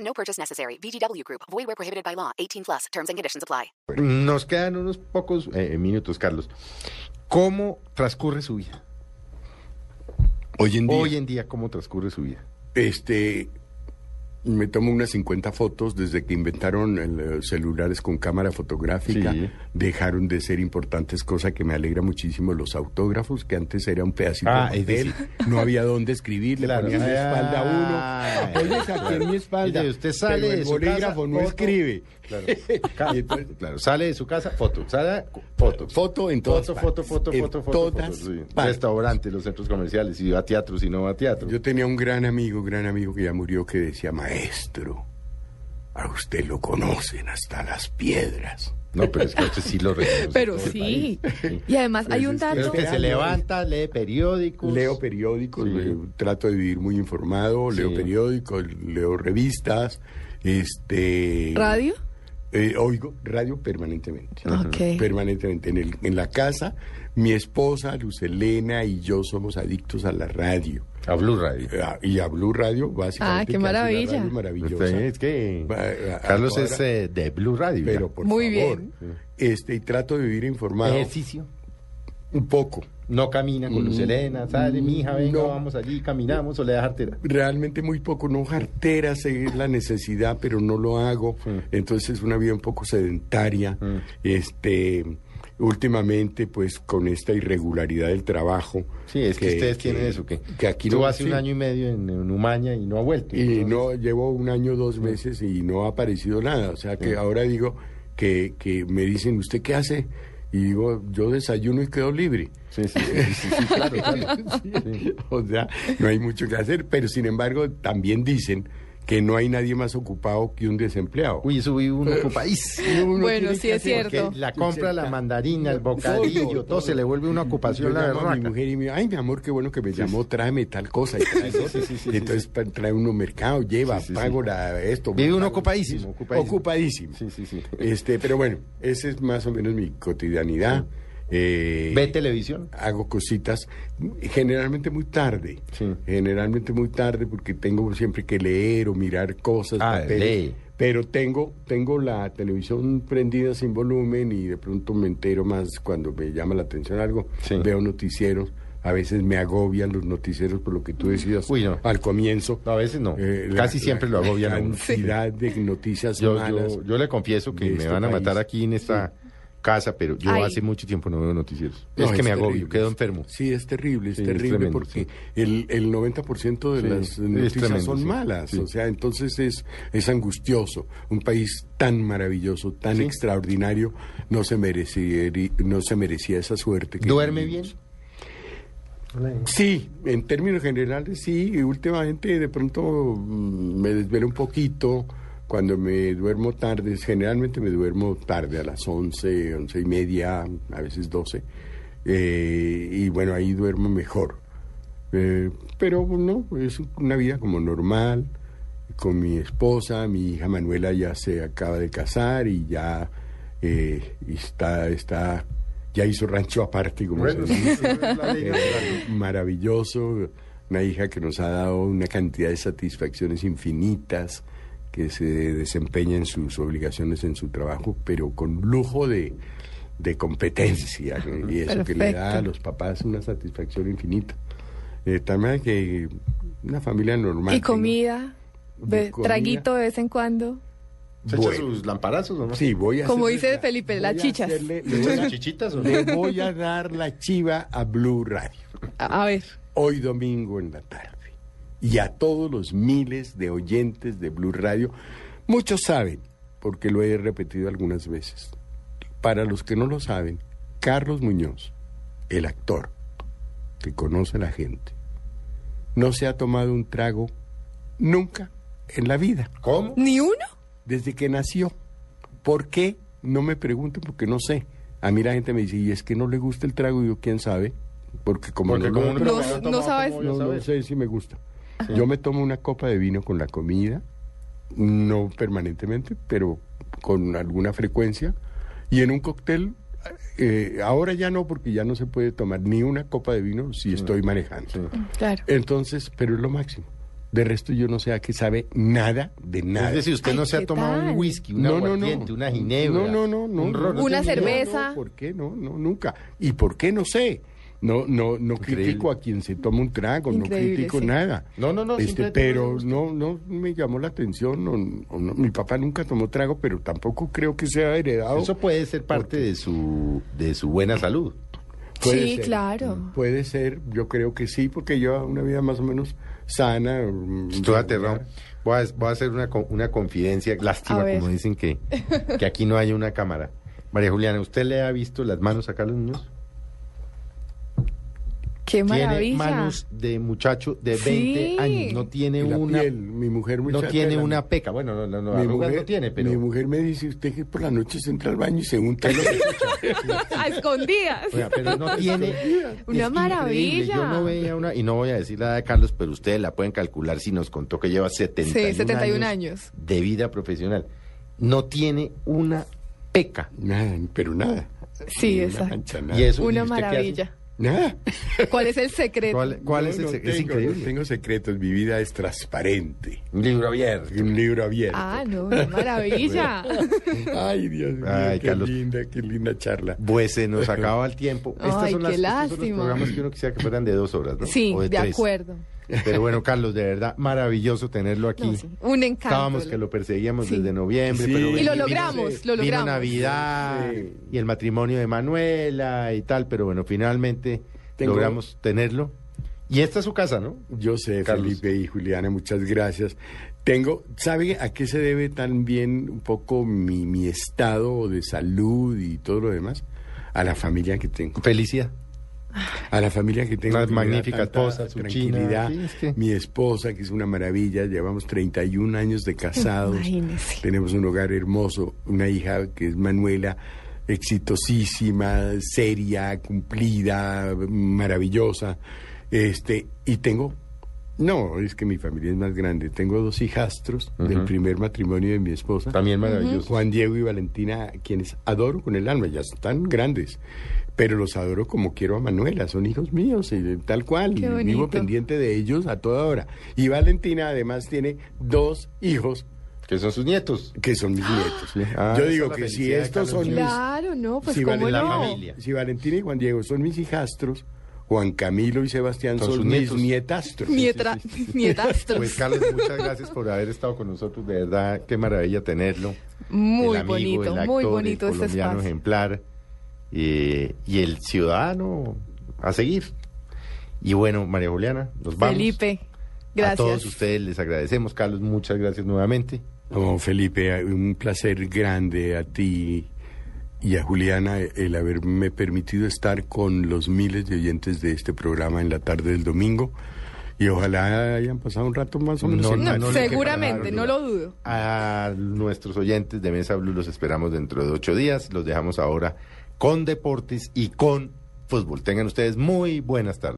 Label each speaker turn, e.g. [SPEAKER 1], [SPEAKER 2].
[SPEAKER 1] No purchase necessary. VGW Group. Void where prohibited by law. 18 plus. Terms and conditions apply.
[SPEAKER 2] Nos quedan unos pocos eh, minutos, Carlos. ¿Cómo transcurre su vida?
[SPEAKER 3] Hoy en día,
[SPEAKER 2] Hoy en día, ¿cómo transcurre su vida?
[SPEAKER 3] este, me tomo unas 50 fotos desde que inventaron eh, los celulares con cámara fotográfica.
[SPEAKER 2] Sí.
[SPEAKER 3] Dejaron de ser importantes, cosa que me alegra muchísimo. Los autógrafos, que antes era un pedacito
[SPEAKER 2] Ah,
[SPEAKER 3] de
[SPEAKER 2] es
[SPEAKER 3] papel, no había dónde escribir, le
[SPEAKER 2] Claro.
[SPEAKER 3] ponían la espalda
[SPEAKER 2] Ah,
[SPEAKER 3] a uno. Oye, saqué
[SPEAKER 2] claro.
[SPEAKER 3] mi espalda.
[SPEAKER 2] Y usted sale
[SPEAKER 3] pero el
[SPEAKER 2] de su
[SPEAKER 3] bolígrafo
[SPEAKER 2] casa,
[SPEAKER 3] no
[SPEAKER 2] foto.
[SPEAKER 3] escribe.
[SPEAKER 2] Claro. Ca- claro, sale de su casa, foto. Sale, foto.
[SPEAKER 3] Foto en todas
[SPEAKER 2] Foto, foto,
[SPEAKER 3] partes.
[SPEAKER 2] foto,
[SPEAKER 3] En
[SPEAKER 2] foto, foto.
[SPEAKER 3] todas
[SPEAKER 2] foto, sí.
[SPEAKER 3] partes.
[SPEAKER 2] Restaurantes, los centros comerciales, si va a teatro, si no va a teatro.
[SPEAKER 3] Yo tenía un gran amigo, gran amigo que ya murió, que decía, maestro, a usted lo conocen hasta las piedras.
[SPEAKER 2] No, pero es que este sí lo reconoce
[SPEAKER 4] Pero
[SPEAKER 2] todo el
[SPEAKER 4] sí.
[SPEAKER 2] país.
[SPEAKER 4] Y además hay un
[SPEAKER 2] Pero es
[SPEAKER 4] dato.
[SPEAKER 2] que se levanta, lee periódicos.
[SPEAKER 3] Leo periódicos,
[SPEAKER 2] Sí.
[SPEAKER 3] eh, trato de vivir muy informado,
[SPEAKER 2] Sí.
[SPEAKER 3] leo periódicos, leo revistas, este...
[SPEAKER 4] ¿Radio?
[SPEAKER 3] eh, oigo radio permanentemente.
[SPEAKER 4] Ok.
[SPEAKER 3] Permanentemente. En, el- en la casa, mi esposa, Luz Elena y yo somos adictos a la radio.
[SPEAKER 2] A Blue Radio.
[SPEAKER 3] Eh, a- Y a Blue Radio, básicamente.
[SPEAKER 4] Ah, qué
[SPEAKER 3] que hace una radio
[SPEAKER 4] maravilla.
[SPEAKER 3] maravillosa.
[SPEAKER 2] Usted es que
[SPEAKER 3] Va- a-
[SPEAKER 2] Carlos
[SPEAKER 3] ahora-
[SPEAKER 2] es eh, de Blue Radio.
[SPEAKER 3] Pero
[SPEAKER 2] ya.
[SPEAKER 3] por
[SPEAKER 4] Muy
[SPEAKER 3] favor,
[SPEAKER 4] bien.
[SPEAKER 3] este y trato de vivir informado
[SPEAKER 2] ejercicio.
[SPEAKER 3] un poco.
[SPEAKER 2] No camina con Luz Elena, sale, mija, venga,
[SPEAKER 3] Mm. no.
[SPEAKER 2] vamos allí, caminamos o le das artera.
[SPEAKER 3] Realmente muy poco, no jartera, sé la necesidad, pero no lo hago. Entonces una vida un poco sedentaria. Este últimamente pues con esta irregularidad del trabajo.
[SPEAKER 2] Sí, es que, ustedes tienen eso que,
[SPEAKER 3] que aquí
[SPEAKER 2] estuvo
[SPEAKER 3] no-
[SPEAKER 2] hace un
[SPEAKER 3] sí.
[SPEAKER 2] año y medio en, en Umaña y no ha vuelto.
[SPEAKER 3] Y
[SPEAKER 2] Entonces,
[SPEAKER 3] no, llevo un año, dos meses y no ha aparecido nada. O sea que ahora digo que, que me dicen, ¿usted qué hace? Y digo, yo desayuno y quedo libre.
[SPEAKER 2] Sí, sí, sí, sí, sí, claro, claro.
[SPEAKER 3] Sí. O sea, no hay mucho que hacer, pero sin embargo también dicen que no hay nadie más ocupado que un desempleado.
[SPEAKER 2] Uy, eso vive uno ocupadísimo.
[SPEAKER 4] Bueno, sí es
[SPEAKER 2] Porque
[SPEAKER 4] cierto.
[SPEAKER 2] la compra, la mandarina, el bocadillo, todo se le vuelve una ocupación
[SPEAKER 3] Yo
[SPEAKER 2] la
[SPEAKER 3] llamo a mi
[SPEAKER 2] berraca.
[SPEAKER 3] mujer y me dice, ay, mi amor, qué bueno que me llamó, tráeme tal cosa. Y trae
[SPEAKER 2] sí,
[SPEAKER 3] otra.
[SPEAKER 2] sí, sí,
[SPEAKER 3] Y entonces pa- trae uno mercado, lleva,
[SPEAKER 2] Sí, sí, sí.
[SPEAKER 3] pago la- esto.
[SPEAKER 2] Vive uno
[SPEAKER 3] pago-
[SPEAKER 2] ocupadísimo, ocupadísimo.
[SPEAKER 3] Ocupadísimo.
[SPEAKER 2] Sí, sí, sí.
[SPEAKER 3] Este, pero bueno, esa es más o menos mi cotidianidad. Eh,
[SPEAKER 2] ¿Ve televisión?
[SPEAKER 3] hago cositas generalmente muy tarde.
[SPEAKER 2] Sí.
[SPEAKER 3] Generalmente muy tarde porque tengo siempre que leer o mirar cosas,
[SPEAKER 2] Ah,
[SPEAKER 3] papeles.
[SPEAKER 2] lee.
[SPEAKER 3] Pero tengo tengo la televisión prendida sin volumen y de pronto me entero más cuando me llama la atención algo.
[SPEAKER 2] Sí.
[SPEAKER 3] Veo noticieros. A veces me agobian los noticieros por lo que tú decías
[SPEAKER 2] Uy, no.
[SPEAKER 3] al comienzo.
[SPEAKER 2] No, a veces no.
[SPEAKER 3] Eh, la-
[SPEAKER 2] Casi siempre
[SPEAKER 3] la-
[SPEAKER 2] lo hago bien.
[SPEAKER 3] La cantidad de noticias
[SPEAKER 2] Yo,
[SPEAKER 3] malas.
[SPEAKER 2] yo, yo le confieso que
[SPEAKER 3] de
[SPEAKER 2] me
[SPEAKER 3] este
[SPEAKER 2] van a matar
[SPEAKER 3] país.
[SPEAKER 2] aquí en esta casa, pero yo
[SPEAKER 4] Ay.
[SPEAKER 2] hace mucho tiempo no veo noticieros.
[SPEAKER 3] No,
[SPEAKER 2] es que me agobio,
[SPEAKER 3] terrible.
[SPEAKER 2] quedo enfermo.
[SPEAKER 3] Sí, es terrible, es
[SPEAKER 2] Sí, es
[SPEAKER 3] terrible
[SPEAKER 2] tremendo,
[SPEAKER 3] porque
[SPEAKER 2] sí.
[SPEAKER 3] el, el 90% de
[SPEAKER 2] Sí,
[SPEAKER 3] las
[SPEAKER 2] es
[SPEAKER 3] noticias
[SPEAKER 2] tremendo,
[SPEAKER 3] son
[SPEAKER 2] sí,
[SPEAKER 3] malas,
[SPEAKER 2] sí.
[SPEAKER 3] o sea, entonces es, es angustioso. Un país tan maravilloso, tan
[SPEAKER 2] Sí.
[SPEAKER 3] extraordinario, no se, merecía, no se merecía esa suerte. Que
[SPEAKER 2] ¿Duerme bien?
[SPEAKER 3] tuvimos. Sí, en términos generales sí, y últimamente de pronto mm, me desvelo un poquito cuando me duermo tarde, generalmente me duermo tarde a las 11, 11 y media, a veces 12, eh, y bueno, ahí duermo mejor. Eh, pero no, es una vida como normal, con mi esposa, mi hija Manuela ya se acaba de casar y ya eh, está, está, ya hizo rancho aparte, como se dice. Eh, maravilloso, una hija que nos ha dado una cantidad de satisfacciones infinitas, que se desempeña en sus obligaciones, en su trabajo, pero con lujo de, de competencia, ¿no? y eso que le da a
[SPEAKER 4] Perfecto.
[SPEAKER 3] los papás una satisfacción infinita. Eh, tal manera que una familia normal.
[SPEAKER 4] Y
[SPEAKER 3] ¿no?
[SPEAKER 4] comida,
[SPEAKER 3] De
[SPEAKER 4] ve-
[SPEAKER 3] comida.
[SPEAKER 4] traguito de vez en cuando.
[SPEAKER 2] ¿Se
[SPEAKER 3] Bueno.
[SPEAKER 2] echa sus lamparazos o no?
[SPEAKER 3] Sí, voy a
[SPEAKER 4] Como
[SPEAKER 3] hacerle
[SPEAKER 4] dice
[SPEAKER 3] la-
[SPEAKER 4] Felipe,
[SPEAKER 3] voy
[SPEAKER 4] las
[SPEAKER 3] a
[SPEAKER 4] chichas.
[SPEAKER 3] hacerle-
[SPEAKER 2] ¿Le echan chichitas o no?
[SPEAKER 3] le voy a dar la chiva a Blue Radio.
[SPEAKER 4] A, a ver,
[SPEAKER 3] hoy domingo en la tarde. Y a todos los miles de oyentes de Blue Radio, muchos saben, porque lo he repetido algunas veces. Para los que no lo saben, Carlos Muñoz, el actor que conoce a la gente, no se ha tomado un trago nunca en la vida,
[SPEAKER 2] ¿Cómo?
[SPEAKER 4] ¿Ni uno?
[SPEAKER 3] desde que nació. ¿Por qué? No me pregunten porque no sé. A mí la gente me dice, y es que no le gusta el trago, y yo quién sabe, porque como
[SPEAKER 2] Porque
[SPEAKER 3] no
[SPEAKER 2] como
[SPEAKER 3] lo-
[SPEAKER 2] uno
[SPEAKER 4] No,
[SPEAKER 2] lo ha
[SPEAKER 4] no
[SPEAKER 2] tomado,
[SPEAKER 4] sabes.
[SPEAKER 2] ¿cómo voy a
[SPEAKER 3] no, no
[SPEAKER 2] saber?
[SPEAKER 3] sé si me gusta. Yo me tomo una copa de vino con la comida, no permanentemente, pero con alguna frecuencia. Y en un cóctel, eh, ahora ya no, porque ya no se puede tomar ni una copa de vino si estoy manejando.
[SPEAKER 4] Claro.
[SPEAKER 3] Entonces, pero es lo máximo. De resto, yo no sé a qué sabe nada de nada.
[SPEAKER 2] Es decir, usted
[SPEAKER 4] Ay,
[SPEAKER 2] no se
[SPEAKER 4] ¿qué
[SPEAKER 2] ha tomado
[SPEAKER 4] tal?
[SPEAKER 2] un whisky, un aguardiente, una ginebra.
[SPEAKER 3] No, no, no, no.
[SPEAKER 2] un ron,
[SPEAKER 3] no,
[SPEAKER 2] no
[SPEAKER 4] Una
[SPEAKER 2] tenía-
[SPEAKER 3] no, no,
[SPEAKER 4] cerveza.
[SPEAKER 3] ¿Por qué no? No, nunca. ¿Y por qué no sé? No, no, no
[SPEAKER 2] Increíble.
[SPEAKER 3] critico a quien se toma un trago,
[SPEAKER 4] Increíble,
[SPEAKER 3] no critico
[SPEAKER 4] sí.
[SPEAKER 3] nada.
[SPEAKER 2] No, no, no,
[SPEAKER 3] Este,
[SPEAKER 2] simplemente no
[SPEAKER 3] pero
[SPEAKER 2] le
[SPEAKER 3] no, no me llamó la atención. no, no, no, mi papá nunca tomó trago, pero tampoco creo que sea heredado.
[SPEAKER 2] Eso puede ser parte de su, de su buena salud.
[SPEAKER 3] Puede
[SPEAKER 4] Sí,
[SPEAKER 3] ser. Mm.
[SPEAKER 4] claro.
[SPEAKER 3] Puede ser, yo creo que sí, porque lleva una vida más o menos sana. mm,
[SPEAKER 2] Estoy aterrado. Voy a, voy a hacer una, co- una confidencia. Lástima,
[SPEAKER 4] A ver.
[SPEAKER 2] como dicen que, que aquí no hay una cámara. María Juliana, ¿usted le ha visto las manos acá a los niños?
[SPEAKER 4] ¡Qué
[SPEAKER 2] Tiene
[SPEAKER 4] maravilla!
[SPEAKER 2] manos de muchacho de 20
[SPEAKER 4] Sí.
[SPEAKER 2] años. No tiene
[SPEAKER 3] Y la
[SPEAKER 2] una.
[SPEAKER 3] piel, mi mujer
[SPEAKER 2] no
[SPEAKER 3] muchacha,
[SPEAKER 2] tiene
[SPEAKER 3] la-
[SPEAKER 2] una peca. Bueno, no, no, no,
[SPEAKER 3] mi
[SPEAKER 2] arrugas
[SPEAKER 3] mujer,
[SPEAKER 2] no tiene, pero.
[SPEAKER 3] mi mujer me dice, usted que por la noche se entra al baño y se unta. los-
[SPEAKER 4] A escondidas.
[SPEAKER 2] Oiga, pero no tiene.
[SPEAKER 4] Una
[SPEAKER 2] es increíble.
[SPEAKER 4] maravilla.
[SPEAKER 2] Yo no veía una, y no voy a decir la edad de Carlos, pero ustedes la pueden calcular si nos contó que lleva 71,
[SPEAKER 4] Sí, 71 años.
[SPEAKER 2] de vida profesional. No tiene una peca.
[SPEAKER 3] nada, pero nada.
[SPEAKER 4] Sí,
[SPEAKER 3] Una
[SPEAKER 4] exacto.
[SPEAKER 3] mancha, nada.
[SPEAKER 2] Y eso, ¿y
[SPEAKER 4] Una
[SPEAKER 2] usted qué hace?
[SPEAKER 4] maravilla.
[SPEAKER 3] Nada.
[SPEAKER 4] ¿Cuál es el secreto?
[SPEAKER 2] ¿Cuál, cuál es
[SPEAKER 3] No,
[SPEAKER 2] el
[SPEAKER 3] no
[SPEAKER 2] secreto? Es
[SPEAKER 3] tengo, no
[SPEAKER 2] increíble.
[SPEAKER 3] tengo secretos, mi vida es transparente.
[SPEAKER 2] Un libro abierto.
[SPEAKER 3] Un libro abierto.
[SPEAKER 4] Ah, no, una maravilla.
[SPEAKER 3] Ay, Dios mío,
[SPEAKER 2] Ay,
[SPEAKER 3] qué
[SPEAKER 2] Carlos.
[SPEAKER 3] linda, qué linda charla.
[SPEAKER 2] Pues se nos acaba el tiempo. Estas
[SPEAKER 4] Ay,
[SPEAKER 2] son
[SPEAKER 4] qué
[SPEAKER 2] las, estos son los
[SPEAKER 4] lástima.
[SPEAKER 2] programas que uno quisiera que fueran de dos horas, ¿no?
[SPEAKER 4] Sí,
[SPEAKER 2] O
[SPEAKER 4] de,
[SPEAKER 2] tres.
[SPEAKER 4] acuerdo.
[SPEAKER 2] Pero bueno, Carlos, de verdad, maravilloso tenerlo aquí.
[SPEAKER 4] No, sí, Un encanto.
[SPEAKER 2] Estábamos que lo perseguíamos
[SPEAKER 4] Sí.
[SPEAKER 2] desde noviembre.
[SPEAKER 3] Sí.
[SPEAKER 2] Pero
[SPEAKER 3] Y
[SPEAKER 4] Y lo
[SPEAKER 3] Vino-
[SPEAKER 4] logramos, lo
[SPEAKER 2] Vino
[SPEAKER 4] logramos.
[SPEAKER 2] Navidad
[SPEAKER 3] Sí.
[SPEAKER 2] y el matrimonio de Manuela y tal, pero bueno, finalmente
[SPEAKER 3] Tengo-
[SPEAKER 2] logramos tenerlo. Y esta es su casa, ¿no?
[SPEAKER 3] Yo sé,
[SPEAKER 2] Carlos.
[SPEAKER 3] Felipe y Juliana, muchas gracias. Tengo, ¿sabe a qué se debe también un poco mi, mi estado de salud y todo lo demás? A la familia que tengo.
[SPEAKER 2] Felicidad.
[SPEAKER 3] A la familia que tengo.
[SPEAKER 2] Una
[SPEAKER 3] que me da
[SPEAKER 2] magnífica
[SPEAKER 3] tanta
[SPEAKER 2] esposa, su
[SPEAKER 3] tranquilidad.
[SPEAKER 2] china, sí, es que-
[SPEAKER 3] Mi esposa, que es una maravilla. Llevamos 31 años de casados.
[SPEAKER 4] Imagínese.
[SPEAKER 3] Tenemos un hogar hermoso. Una hija que es Manuela, exitosísima, seria, cumplida, maravillosa. Este, y tengo. No, es que mi familia es más grande. Tengo dos hijastros del primer matrimonio de mi esposa.
[SPEAKER 2] También maravilloso.
[SPEAKER 3] Juan Diego y Valentina, quienes adoro con el alma, ya están grandes, pero los adoro como quiero a Manuela, son hijos míos, y de- tal cual,
[SPEAKER 4] Qué
[SPEAKER 3] y
[SPEAKER 4] bonito.
[SPEAKER 3] vivo pendiente de ellos a toda hora. Y Valentina además tiene dos hijos
[SPEAKER 2] Que son sus nietos.
[SPEAKER 3] que son mis nietos.
[SPEAKER 2] Ah, esa
[SPEAKER 3] Yo
[SPEAKER 2] es
[SPEAKER 3] digo
[SPEAKER 2] la
[SPEAKER 3] que si
[SPEAKER 2] felicidad de
[SPEAKER 3] estos
[SPEAKER 2] Carlos
[SPEAKER 3] son mis,
[SPEAKER 4] Claro, no, pues
[SPEAKER 3] si,
[SPEAKER 4] cómo
[SPEAKER 3] Valen-
[SPEAKER 2] la
[SPEAKER 4] no.
[SPEAKER 2] familia.
[SPEAKER 3] si Valentina y Juan Diego son mis hijastros, Juan Camilo y Sebastián
[SPEAKER 2] Son
[SPEAKER 3] son,
[SPEAKER 2] sus
[SPEAKER 3] mis
[SPEAKER 2] nietos.
[SPEAKER 3] nietastros.
[SPEAKER 4] Nietra, nietastros.
[SPEAKER 2] Pues Carlos, muchas gracias por haber estado con nosotros, de verdad, qué maravilla tenerlo.
[SPEAKER 4] muy
[SPEAKER 2] el amigo,
[SPEAKER 4] bonito,
[SPEAKER 2] el
[SPEAKER 4] muy
[SPEAKER 2] actor,
[SPEAKER 4] bonito
[SPEAKER 2] el
[SPEAKER 4] este
[SPEAKER 2] colombiano
[SPEAKER 4] espacio.
[SPEAKER 2] ejemplar eh, y el ciudadano a seguir. Y bueno, María Juliana, nos vamos.
[SPEAKER 4] Felipe,
[SPEAKER 2] A
[SPEAKER 4] gracias.
[SPEAKER 2] todos ustedes les agradecemos. Carlos, muchas gracias nuevamente.
[SPEAKER 3] No, Felipe, eh, un placer grande a ti y a Juliana el haberme permitido estar con los miles de oyentes de este programa en la tarde del domingo. Y ojalá hayan pasado un rato más o menos.
[SPEAKER 2] No,
[SPEAKER 3] en
[SPEAKER 4] No,
[SPEAKER 3] paz.
[SPEAKER 2] le
[SPEAKER 4] seguramente,
[SPEAKER 2] quepa la
[SPEAKER 4] no
[SPEAKER 2] menor
[SPEAKER 4] lo dudo.
[SPEAKER 2] A nuestros oyentes de Mesa Blue los esperamos dentro de ocho días. Los dejamos ahora con deportes y con fútbol. Tengan ustedes muy buenas tardes.